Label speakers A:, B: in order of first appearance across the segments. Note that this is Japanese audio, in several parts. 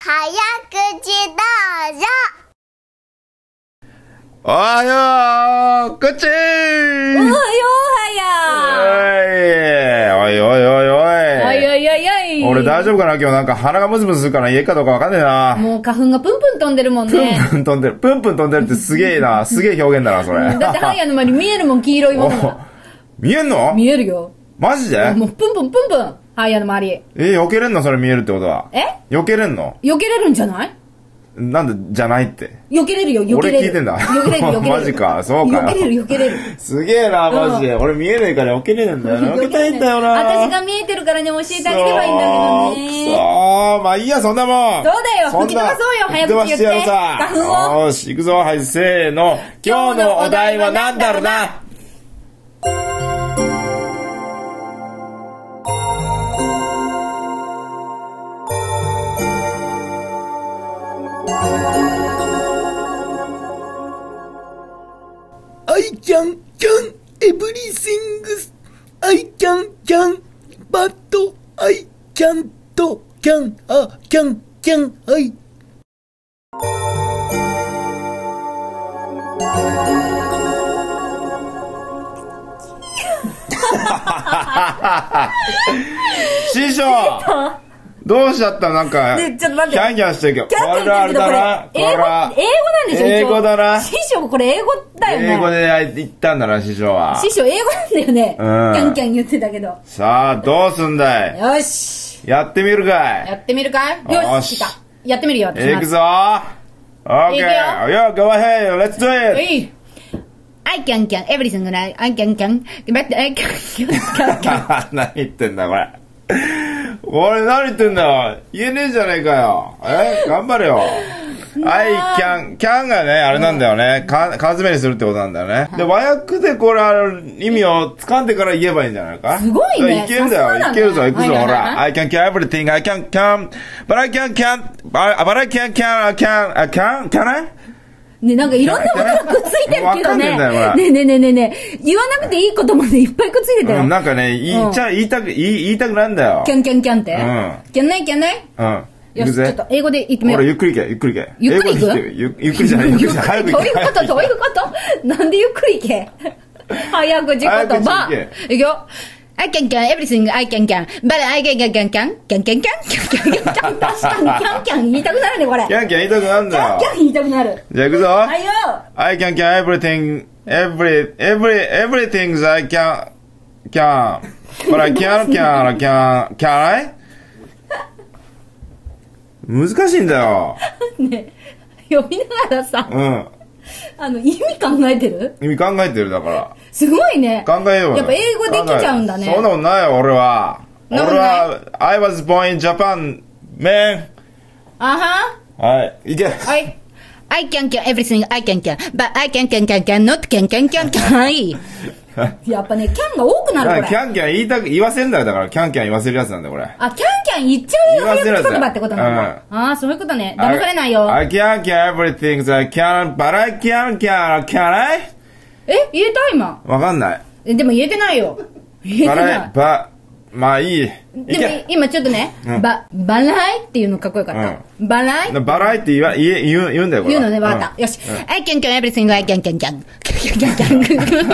A: 早口どうぞ
B: おはようこっち
C: おはよ
B: ー
C: は
B: おいおいおい
C: やおい
B: お
C: おいおいおい
B: い俺大丈夫かな今日なんか鼻がムズムズするから家かどうかわかんねえな。
C: もう花粉がプンプン飛んでるもん
B: プン
C: ね。
B: プン飛んでる。プンプン飛んでるってすげえな。すげえ表現だな、それ。
C: だってハイヤーの前に見えるもん、黄色いもの
B: お
C: が。
B: 見えんの
C: 見えるよ。
B: マジで
C: もうプンプンプンプン。ハイヤーの周り。
B: え、避けれんのそれ見えるってことは。
C: え
B: 避けれんの
C: 避けれるんじゃない
B: なんで、じゃないって。
C: 避けれるよ、避けれ
B: 俺
C: る。
B: 聞いてんだ
C: 避 けれる、避けれる。
B: マジかそうかよ
C: 避けれる、避けれる。
B: すげえな、マジで。俺見えねえから避けれねえんだよ な。避けたいんだよな。
C: 私が見えてるからね、教えてあげればいいんだけどね。
B: そうまあいいや、そんなもん。
C: そうだよ
B: そんな
C: 吹き飛ばそうよ早口言
B: 吹き
C: って
B: 飛ばしてやるさ
C: 花粉を
B: よし、行くぞ、はい、せーの。今日のお題は何だろうな。
D: I can can everything. I can can, but I can't can. Ah, can can I.
B: 師匠どうしちゃったなんか、
C: ねちょっと待って
B: キャンキャンしてるけど。
C: キャッキャ
B: これあ
C: 言
B: れ
C: ってるけど、
B: だ
C: これ
B: な。、
C: 英語、英語なん
B: これ
C: でしょ、一応
B: 英語だな。
C: 師匠、これ英語だよね。
B: 英語で言ったんだな、師匠は。
C: 師匠、英語なんだよね。キ
B: うん
C: ャンキャン言ってたけど。
B: さあ、どうすんだい
C: よし。
B: やってみるか
C: や
B: い
C: ってみるかい
B: よし
C: よし、来た。やってみるよ、私
B: 行くぞ !OK!
C: いくよ
B: Yo, go ahead! Let's do it!
C: うい I can can everything and I, I can can but I can can can
B: 何言ってんだこれ俺何言ってんだよ言えねえじゃねえかよえ頑張れよ I can, can がね、あれなんだよね。か、缶詰にするってことなんだよね。で、和訳でこれ、あの、意味を掴んでから言えばいいんじゃないか
C: すごいね
B: いけるんだよ。
C: さすがだね
B: いけるぞ、いくぞ、ほ
C: はいはいはい
B: ら。I can can everything, I can can, but I can can, but I can can, I can, I can, can I?
C: ね、なんかいろんなことがくっついてるけどね。
B: わかんねえんだよほら
C: ねえねえねえねえねえ言わなくていいこともね、いっぱいくっついて
B: う
C: た
B: ん、
C: よ。
B: なんかね、言っちゃ、言いたく、言い言いたくなんだよ。
C: キャンキャンキャンって。
B: ん
C: キャンないキャンない
B: うん。行
C: よ
B: く
C: し、ち
B: ぜ
C: ょっと英語で言ってみ
B: ほら、
C: よう。
B: ゆっくり行け、ゆっくり行け。
C: ゆっくり
B: 英
C: 行く
B: 語で言ってゆゆっくりじゃない、ゆっくりじゃない。早く
C: ど
B: 行
C: ういう
B: け。
C: こ
B: 早
C: と
B: く
C: ど
B: 行
C: う
B: け
C: いうことなんでゆっくり行け早口言
B: 早口
C: 葉
B: 行け
C: いくよ I can can everything I can can but I can can can can can can can can can can 確かにキャンキャン言いたくなるねこれ
B: キャンキャン言いたくなん
C: キ
B: だ
C: ャン
B: よ
C: キャン。言いたくなる
B: じゃあ行くぞ。
C: はいよ
B: I can can everything, every, every, everything's I can, can. But I can, can, can, can I? 難しいんだよ。
C: ね読みながらさ
B: うん。
C: あの意味考えてる
B: 意味考えてるだから。
C: すごいね
B: 考えようよ
C: やっぱ英語できちゃうんだね
B: 考えようそんなことないよ、俺は。俺
C: なことない
B: は、I was born in Japan, man.
C: あは
B: はい。いけ。
C: はい I can can everything I can can but I can can can can not can can can can はいやっぱねキャンが多くな
B: だから
C: るこ
B: キ
C: れ
B: ャンキャン言いたく、言わせんだよ、だから、キャンキャン言わせるやつなんだよ、これ。
C: あ、キャンキャン言っちゃうよ、
B: 言わせる
C: 早
B: や
C: 口
B: つだ
C: 言葉ってことなんだ。ああ、そういうことね。騙されないよ。
B: I I can't get everything that I can, but I can, can, can I?
C: え、言えた今。
B: わかんない。
C: え、でも言えてないよ。 言えて
B: バ
C: な
B: ラ
C: い。
B: ば、まあいい。い
C: でも
B: け。
C: 今ちょっとね、
B: うん
C: ば、バラいっていうのかっこよかった。バラい
B: バラエって言わ、言え、言う、言うんだよ、これ
C: 言う
B: は。
C: のね、わかった。よし。I can can everything I can can can. can can can can.
B: うん。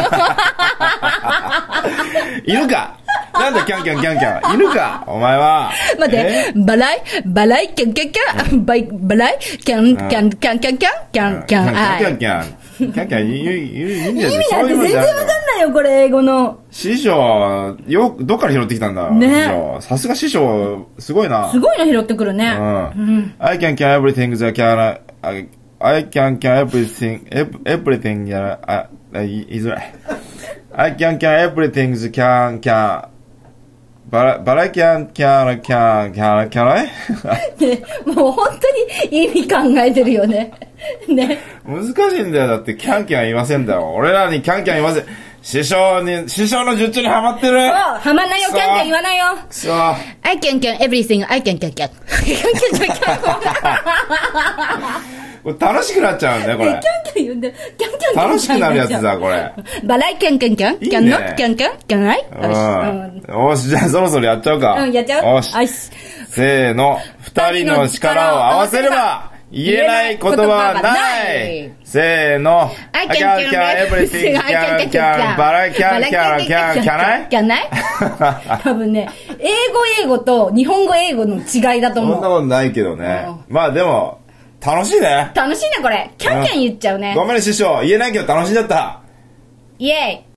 B: 犬かなんだ、キャンキャン、キャンキャン。犬かお前は。
C: 待っ
B: え
C: て、バラいバラいキャンキャンキャン。バイ、バラいキャンキャンキャンキャンキャンキ
B: キ
C: ャンキャン。
B: キャン、
C: は
B: キャン、キャン。キャン、キャン、言う、言う、言うん
C: い
B: じゃ
C: 意
B: ない
C: 味なんて全然わかんないよ、これ、英語の。
B: 師匠、よ、どっから拾ってきたんだ
C: ね
B: 師匠さすが師匠、すごいな。
C: すごいの拾ってくるね。
B: うん。I can can everything that can, I, I can can everything, ev- everything that I, I, 言いづらい。I can can everything that can, can, but, I- but I can, can, can, can, can I?
C: ね、 もう本当に意味考えてるよね。 ね。
B: 難しいんだよ。だって、キャンキャン言わせんだよ。俺らにキャンキャン言わせ、師匠に、師匠の術中にハマってる
C: そう、はまんないよ、
B: く
C: キ
B: そ
C: ャンキャン言わないよ。
B: くそー
C: I can can everything, I can can can. キャンキャンキャンキャン。
B: これ楽しくなっちゃうんだよ、こ
C: キャン
B: れ
C: キ。ャン言うんだよ。キャンキャンキャンキャン。
B: 楽しくなるやつだ、これ。
C: バライキャンキャンキャン。
B: いい
C: キ
B: ね
C: ャンノッキャンキャン。キャンライ。よし
B: うん。よし、じゃあそろそろやっちゃうか。
C: うん。うん、やっちゃおう。
B: よし。
C: あいっす
B: せーの、二二人の力を合わせれば、言えない言葉はないせーの。
C: I can
B: can,
C: can
B: everything,
C: everything.
B: can,
C: I
B: can,
C: can can.
B: but I can, can, can, can I?
C: Can I? 多分ね、英語英語と日本語英語の違いだと
B: そんなこ
C: 思う。
B: とないけどね。まあでも、楽しいね。
C: 楽しいね、これ。キャンキャン言っちゃうね
B: ご。めんね、師匠。言えないけど楽しんじゃった。
C: イェイ。